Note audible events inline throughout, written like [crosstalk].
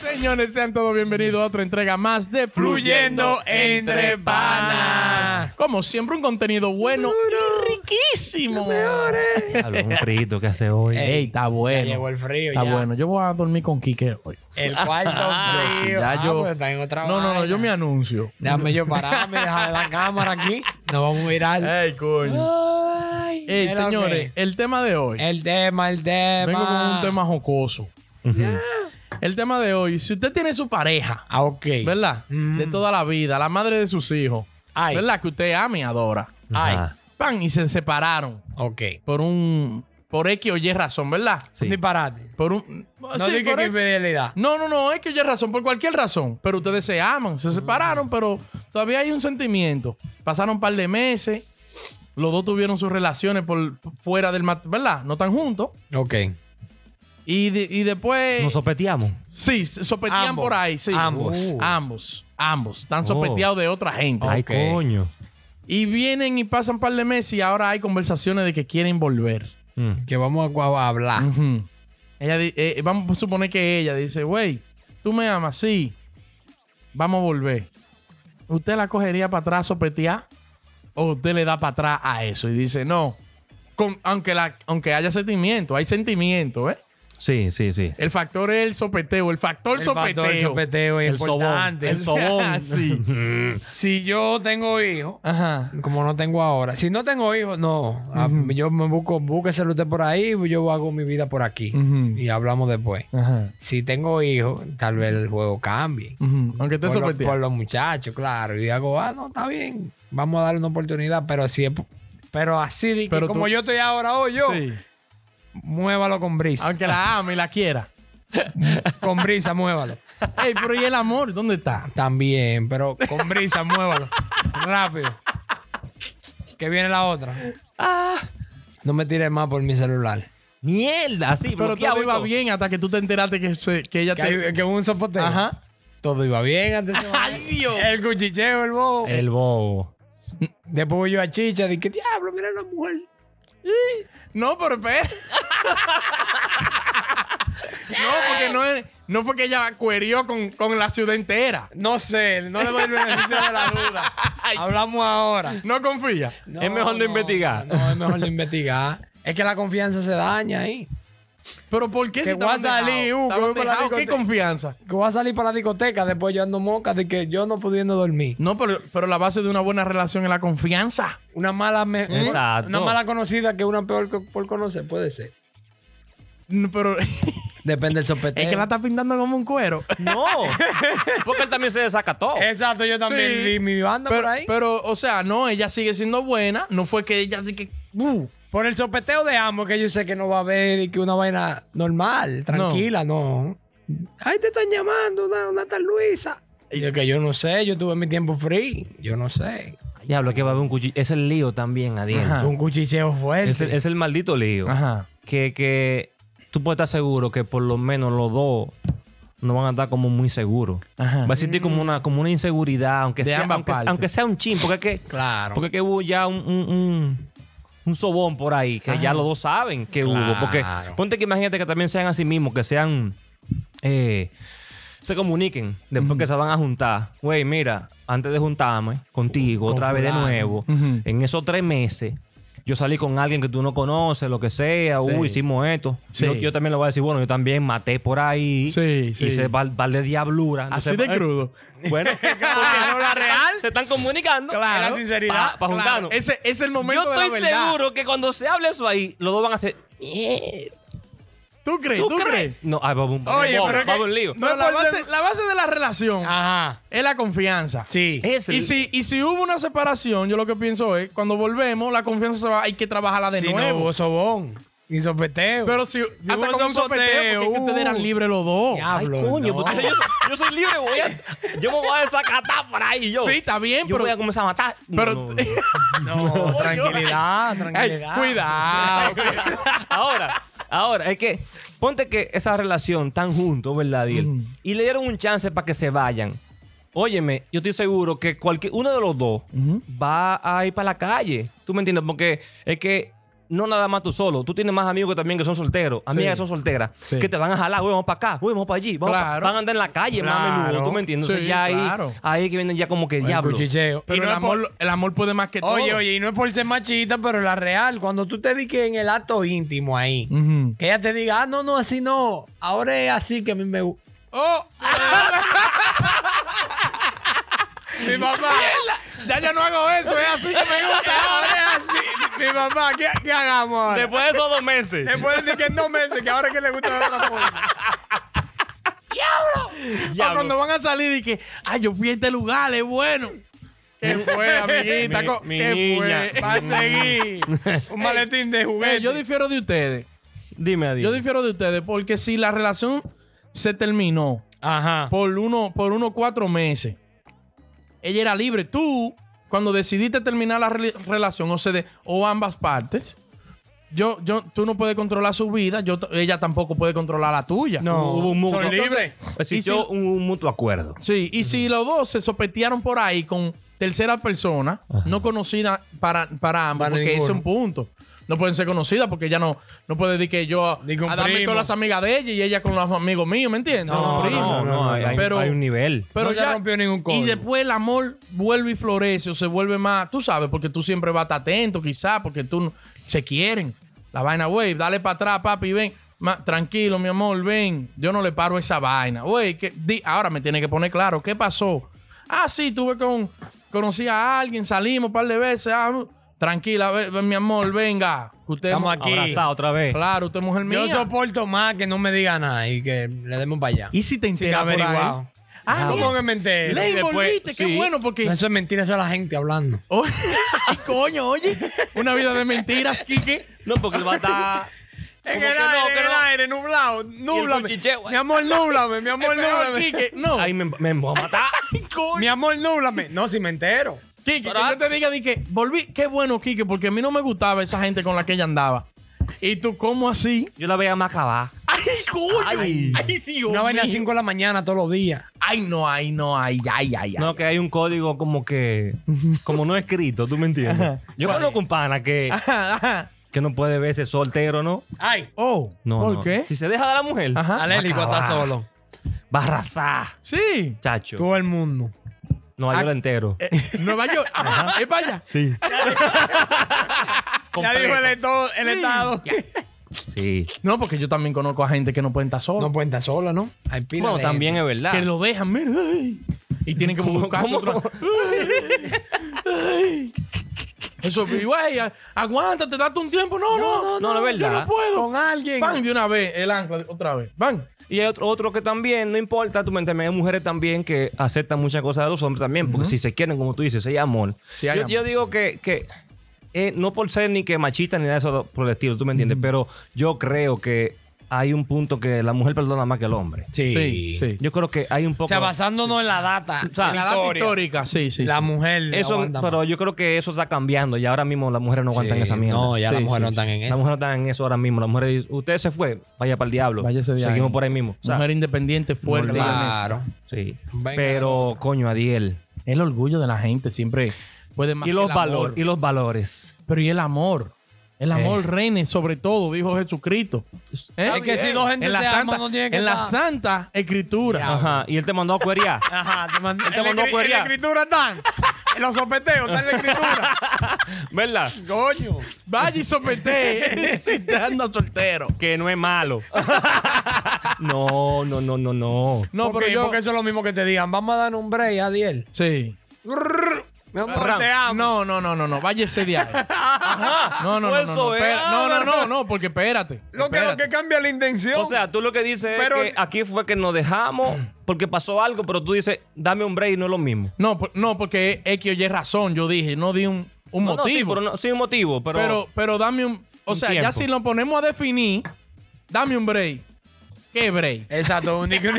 Señores, sean todos bienvenidos a otra entrega más de Fluyendo Entre Panas. Como siempre, un contenido bueno y riquísimo. Hablo un frito que hace hoy. Ey, está bueno. llegó el frío, Está ya. bueno. Yo voy a dormir con Quique hoy. El cuarto [laughs] Yo sí, frío. ya Ah, yo- pues está en otra No, no, no, vaina. yo me anuncio. Déjame yo pararme, dejar la cámara aquí. Nos vamos a mirar. Ey, coño. Ay, Ey, mira lo señores, que- el tema de hoy. El tema, el tema. Vengo con un tema jocoso. Ujú. El tema de hoy, si usted tiene su pareja, Ah, ok. ¿verdad? Mm. De toda la vida, la madre de sus hijos, Ay. ¿verdad? Que usted ama y adora. Ay. Ajá. Pan, y se separaron Ok. por un. por X o Y razón, ¿verdad? Sí. Un disparate. Por un. No Ah, sí, diga por que X. infidelidad. No, no, no, es que ya es razón, por cualquier razón. Pero ustedes se aman, se separaron, pero todavía hay un sentimiento. Pasaron un par de meses, los dos tuvieron sus relaciones por fuera del mat- ¿verdad? No tan juntos. Ok. Y, de- y después. Nos sopeteamos. sí, sopetean Ambos. por ahí, sí. Ambos. Uh. Ambos. Ambos. Están sopeteados de otra gente. Ay, Ok. coño. Y vienen y pasan un par de meses y ahora hay conversaciones de que quieren volver. Mm. Que vamos a, a hablar. Ujú. Ah. Ella di- eh, vamos a suponer que ella dice, güey, tú me amas, sí. Vamos a volver. ¿Usted la cogería para atrás sopetear? ¿O usted le da para atrás a eso? Y dice, no. Con- aunque, la, aunque haya sentimiento, hay sentimiento, ¿eh? Sí, sí, sí. El factor es el sopeteo, el factor El sopeteo. factor sopeteo es El sobón. importante. El sobón. [laughs] sí. [laughs] Si yo tengo hijos, Ajá. como no tengo ahora. Si no tengo hijos, no. Ah, Yo me busco, búsqueselo usted por ahí, yo hago mi vida por aquí. Ujú. Y hablamos después. Ajá. Si tengo hijos, tal vez el juego cambie. Ujú. Aunque esté Por, lo- sopeteado. por los muchachos, claro. Y hago, ah, no, está bien. Vamos a darle una oportunidad, pero si es po- Pero así, de que Pero tú- como yo estoy ahora hoy, yo, Sí. muévalo con brisa. Aunque la ame y la quiera. Con brisa, muévalo. Ey, pero ¿y el amor? ¿Dónde está? También, pero con brisa, muévalo. Rápido. Que viene la otra. Ah. No me tires más por mi celular. Mierda, sí, Pero bloqueado todo y iba todo. bien hasta que tú te enteraste que, se- que ella Que, te... hay- que hubo un sopoteo. Ajá. Todo iba bien antes. de- ¡Ay, Dios! El cuchicheo, el bobo. El bobo. Después yo a Chicha, dije, ¿qué diablo? Mira la mujer. No, pero espera. [laughs] no, porque no, es- no fue que ella cuerió con, con la ciudad entera. No sé, no le doy el beneficio de la [laughs] duda. Hablamos ahora. No confía. No, Es mejor no investigar. No, es mejor no investigar. Es que la confianza se daña ahí. Pero ¿por qué Que si estaban voy a salir, dejados? uh, Estaban voy para la dejados, ¿Qué discoteca. confianza? Que voy a salir para la discoteca, después yo ando moca de que yo no pudiendo dormir. No, pero, pero la base de una buena relación es la confianza. Una mala, me- Exacto. una mala conocida que una peor que- por conocer, puede ser. No, Mm, Pero [laughs] es Depende del sopeteo. que la está pintando como un cuero. [laughs] No. Porque él también se desacató. Eh. Exacto, yo también Sí. vi mi banda Pero, por ahí. pero, o sea, no, ella sigue siendo buena. No fue que ella... de que, uh, por el sopeteo de ambos, que yo sé que no va a haber y que una vaina normal, tranquila, no. Ahí te están llamando, una, una tal Luisa. Y yo que yo no sé, yo tuve mi tiempo free, yo no sé. Diablo, que va a haber un cuchillo. Es el lío también, Ajá. Adiel. Un cuchicheo fuerte. Es, el- es el maldito lío. Ajá. Que, que tú puedes estar seguro que por lo menos los dos no van a estar como muy seguros. Ajá. Va a existir como una, como una inseguridad, aunque, De sea, ambas aunque, partes. aunque sea un chin, porque es que, Claro. porque es que hubo ya un, un, un- un sobón por ahí, que Ah. ya los dos saben que hubo. Porque Claro. ponte que imagínate que también sean así mismos, que sean. eh, se comuniquen después que se van a juntar. Güey, mira, antes de juntarme contigo Con otra vez de fulano. nuevo, Ujú. en esos tres meses. Yo salí con alguien que tú no conoces, lo que sea, Sí. uy, hicimos esto. Sí. Yo, yo también le voy a decir, bueno, yo también maté por ahí. Sí, sí. Hice par, par de diablura. eh, Así Entonces, de crudo. [laughs] bueno, Porque no la real. Ah. se están comunicando. Claro. La sinceridad. Para juntarnos. Ese es el momento Yo de la estoy verdad. seguro que cuando se hable eso ahí, los dos van a hacer. "Mierda". ¿Tú crees? ¿Tú, ¿Tú, crees? crees? No, ay, va a un va Oye, un- pero es va que- un lío. No, la, base, la base de la relación Ajá. es la confianza. Ah. Sí. Es Y el- si, y si hubo una separación, yo lo que pienso es, cuando volvemos, la confianza se va, hay que trabajarla de si no nuevo. hubo sobón, ni sopeteo. pero si, hasta hubo con un sopeteo, sopeteo, porque es que ustedes eran uh. libres los dos. Ya. Ay, Pablo, coño, no. porque yo, yo soy libre, voy a, yo me voy a desacatar por ahí yo. Sí, está bien, yo pero- voy a comenzar a matar. No, Pero- [laughs] no, no. No, tranquilidad, Ay, tranquilidad. cuidado. ahora, ahora, es que ponte que esa relación tan juntos, ¿verdad, Adiel? Y le dieron un chance para que se vayan. Óyeme, yo estoy seguro que cualquier uno de los dos va a ir para la calle. ¿Tú me entiendes? Porque es que no nada más tú solo. Tú tienes más amigos que también que son solteros, amigas que son solteras, Sí. que te van a jalar, güey, vamos para acá, güey, vamos para allí. Vamos pa- Claro. van a andar en la calle más a Claro. menudo, ¿tú me entiendes? Entonces Sí, ya ahí, claro. ahí que vienen ya como que diablo. cuchicheo. Pero Y no el, es por- amor, el amor puede más que todo. Oye, oye, y no es por ser machista, pero la real, cuando tú te dediques en el acto íntimo ahí, Ujú. que ella te diga, ah, no, no, así no, ahora es así que a mí me gusta. ¡Oh! [laughs] Mi mamá, Ya yo no hago eso, es así que me gusta. ahora [laughs] es así. Mi mamá, ¿qué, qué hagamos ahora? Después de esos [laughs] dos meses. [laughs] Después de que no meses, que ahora es que le gusta de otra forma. O Diablo. cuando van a salir y que, ay, yo fui a este lugar, es bueno. ¿Qué fue, amiguita? Mi- Co- mi ¿Qué niña. fue? Va a seguir. Un maletín de juguete. Eh, yo difiero de ustedes. Dime, Adi. Yo difiero de ustedes porque si la relación se terminó Ajá. Pues, por uno, por unos cuatro meses, ella era libre. Tú, cuando decidiste terminar la rela- relación, o, se de- o ambas partes, yo, yo, tú no puedes controlar su vida, yo, t- ella tampoco puede controlar la tuya. No. Hubo un mutuo. Soy libre. Existió y si- un, un mutuo acuerdo. Sí, y si los dos se sopetearon por ahí con tercera persona, no conocida para, para ambos, Para porque ese es ninguno. un punto. No pueden ser conocidas porque ella no, no puede decir que yo Ni con a darme primo. con las amigas de ella y ella con los amigos míos, ¿me entiendes? No, Primo. no, no, no, hay, hay- Pero- hay un nivel. Pero No se ya rompió ningún Y código. después el amor vuelve y florece o se vuelve más, tú sabes, porque tú siempre vas a estar atento, quizás, porque tú no- se quieren. La vaina, güey, dale para atrás, papi, ven. Ma- tranquilo, mi amor, ven. Yo no le paro esa vaina. Güey, que di- ahora me tiene que poner claro, ¿qué pasó? Ah, sí, tuve con. Conocí a alguien, salimos un par de veces. ah, tranquila, ve- ve, mi amor, venga. que Usted Estamos es mu- aquí. Abrazado otra vez. Claro, usted es mujer mía. Yo soporto más que no me diga nada y que le demos para allá. y si te Sin enteras por ahí? averiguado. Ah, ¿Cómo bien. que me entero? Le después- envolviste, qué sí. bueno, porque No, Eso es mentira, eso es la gente hablando. Oye, [laughs] ay, coño, oye. Una vida de mentiras, Quique. No, porque él va a estar. En Como el que aire, no, que en el no. aire, nublado, núblame. cuchicheo ahí. Mi amor, núblame, mi [laughs] amor, Peor, núblame. Quique. No. Ay, me, me voy a matar. Ay, coño. Mi amor, núblame. No, si me entero. Quique, que yo te diga, di que volví. Qué bueno, Quique, porque a mí no me gustaba esa gente con la que ella andaba. ¿Y tú cómo así? Yo la veía más acabada. ¡Ay, coño! ¡Ay, Ay. Dios Una vaina a mío. 5 de la mañana todos los días. ¡Ay, no, ay, no, ay, ay, ay! ay. No, que hay un código como que. Como no escrito, ¿tú me entiendes? Yo conozco un pana que, Ajá, ajá. que no puede verse soltero, ¿no? Ay, [laughs] Oh, No, ¿por no. qué? Si se deja de la mujer, Ajá. Alélico está solo. va a arrasar, Sí. chacho. Todo el mundo. No, yo lo entero. Eh, Nueva York. [laughs] Ajá. Es para allá. Sí. estado. El estado. Sí. No, porque yo también conozco a gente que no pueden estar sola. No pueden estar sola, ¿no? Hay pila Bueno, de también gente. es verdad. que lo dejan, mira. ay, y tienen que ¿Cómo- buscar cómo? otro. Ay, ay. Eso, y güey, a- aguántate, date un tiempo. No, no, no, no, no es Yo verdad. no puedo. Con alguien. Van de una vez, el ancla, otra vez. Van. Y hay otro, otro que también, no importa, tú me entiendes, hay mujeres también que aceptan muchas cosas de los hombres también, porque si se quieren, como tú dices, hay amor. Sí, hay yo, amor, yo digo que, que eh, no por ser ni que machista ni nada de eso por el estilo, tú me entiendes, pero yo creo que hay un punto que la mujer perdona más que el hombre. Sí, sí. Yo creo que hay un poco... O sea, basándonos en la data. O sea, La data histórica, sí, sí. La sí. mujer. eso, aguanta más. pero yo creo que eso está cambiando y ahora mismo las mujeres no aguantan Sí, esa mierda. No, ya Sí, las mujeres sí, no están en Las eso. mujeres están en eso ahora mismo. Las mujeres dicen, usted se fue, vaya para el diablo. Váyase de ahí. Seguimos por ahí mismo. O sea, Mujer independiente, fuerte. y honesta. Claro. Sí. Venga. Pero, coño, Adiel. El orgullo de la gente siempre puede más Y que los, el valor, amor. y los valores. Pero y el amor. El amor Eh. reine sobre todo, dijo Jesucristo. ¿Eh? Es que si dos gente en la se santa, aman, no tiene que en la estar- santa escritura. Ajá. Y él te mandó a [laughs] cuerear. Ajá, te mandé. te mandó cuerear. escritura están. En los sopeteos están en la escritura. ¿Verdad? Coño. Vaya y sopete [laughs] si te anda soltero. Que no es malo. [laughs] no, no, no, no, no. No, porque, pero yo. porque eso es lo mismo que te digan. Vamos a dar un break a Diel. Sí. Ram. te amo. No, no, no, no, no. Váyese [laughs] de ahí. No, no, no. Pues No, eso no, es. Espera- no, no, no, no, porque espérate. Lo que, lo espérate. que cambia la intención. O sea, tú lo que dices Pero- es que aquí fue que nos dejamos porque pasó algo, pero tú dices, dame un break y no es lo mismo. No, por- no, porque es que oye razón. Yo dije, no di un, un No, no, sí, motivo. pero no- sí, un motivo, pero... pero, pero dame un. O Un sea, ya tiempo. si lo ponemos a definir, dame un break. ¿Qué break? Exacto, un dic- [laughs] no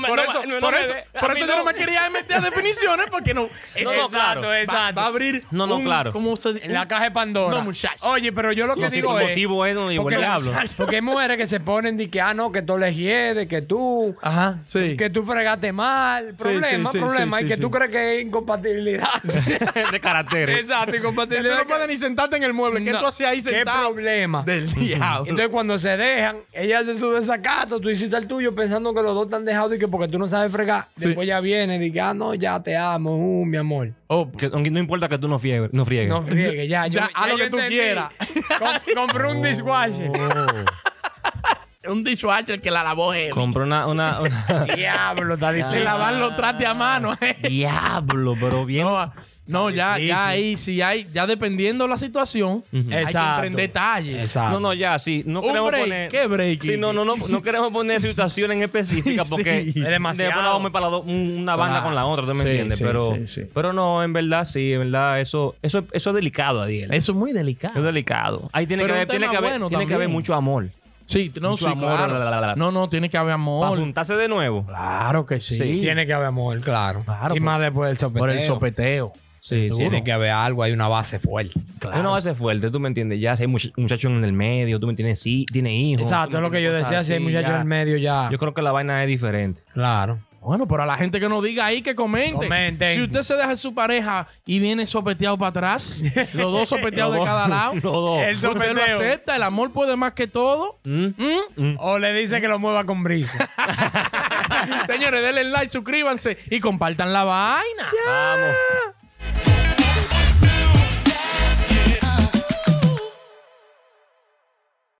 me- por no eso, me- no por me eso, ve. A por mí eso yo no no. me quería meter a definiciones porque [laughs] no. No, no, claro. Va- Va, a abrir. No, no, un- claro. ¿cómo se- en la un- caja de Pandora. No, muchacho. Oye, pero yo lo que No, si digo tu es. motivo es no igual porque, le hablo. porque hay mujeres que se ponen de que, ah, no, que tú le hiedes, que tú. Ajá, sí. Que tú fregaste mal, problema, sí, sí, problema, sí, y sí, que sí. tú crees que es incompatibilidad. [laughs] de caracteres. [laughs] Exacto, Tú incompatibilidad. no puedes ni sentarte en el mueble. ¿Qué No. tú hacías ahí ¿Qué sentado? problema? [laughs] Del diablo. Entonces, cuando se dejan, ella hace su desacato, tú hiciste el tuyo pensando que los dos están dejados y que porque tú no sabes fregar. Sí. Después ya viene y dice, ah, no, ya te amo, uh, mi amor. Oh, Que aunque no importa que tú no, friegues. no friegues. No friegues, ya. Yo, Ya, haz lo yo que tú entendí. quieras. [laughs] Com- compré un dishwasher. Oh. un dishwasher que la lavó él. Compró una, una, una- Diablo, está Le difícil. lavan los trastes a mano. eh. [laughs] Diablo, pero bien. No, no, ya, difícil. ya ahí, si hay, ya dependiendo la situación, Ujú. hay que Exacto. entrar en detalle. Exacto. No, no, ya, sí. No Ah, Un queremos break. poner. ¿Qué break? Sí, no, no, no, no queremos poner situaciones en [laughs] específica Sí. porque Es demasiado. después nos vamos a ir para la do- un- una banda Claro. con la otra, ¿tú me Sí, entiendes? sí, pero, sí, sí. pero no, en verdad, sí, en verdad, eso, eso, eso es delicado, Adiel. Eso es muy delicado. Es delicado. Ahí tiene, Pero un que haber, tiene, tema que haber, bueno tiene que haber también. mucho amor. Sí, no, Mucho sí, amor, claro. la, la, la, la. No, no, tiene que haber Para amor. juntarse de nuevo. Claro que sí. Sí. Tiene que haber amor, claro. Claro, y por- más después del sopeteo. Por el sopeteo. Sí, sí. Tiene que haber algo, hay una base fuerte. Claro. Uno hace fuerte, tú me entiendes. Ya si hay much- muchachos en el medio, tú me entiendes, sí, tiene hijos. Exacto, tú es me lo que yo entiendes, decía. cosas Si hay así, muchachos ya. en medio ya. Yo creo que la vaina es diferente. Claro. Bueno, pero a la gente que nos diga ahí que comente. Comenten. Si usted se deja su pareja y viene sopeteado para [laughs] atrás, los dos sopeteados de cada lado, [laughs] Los dos. [laughs] El usted lo sopeteo. acepta, el amor puede más que todo. [laughs] Mm. ¿Mm? O le dice que lo mueva con brisa. Señores, denle like, suscríbanse y compartan la vaina. Vamos.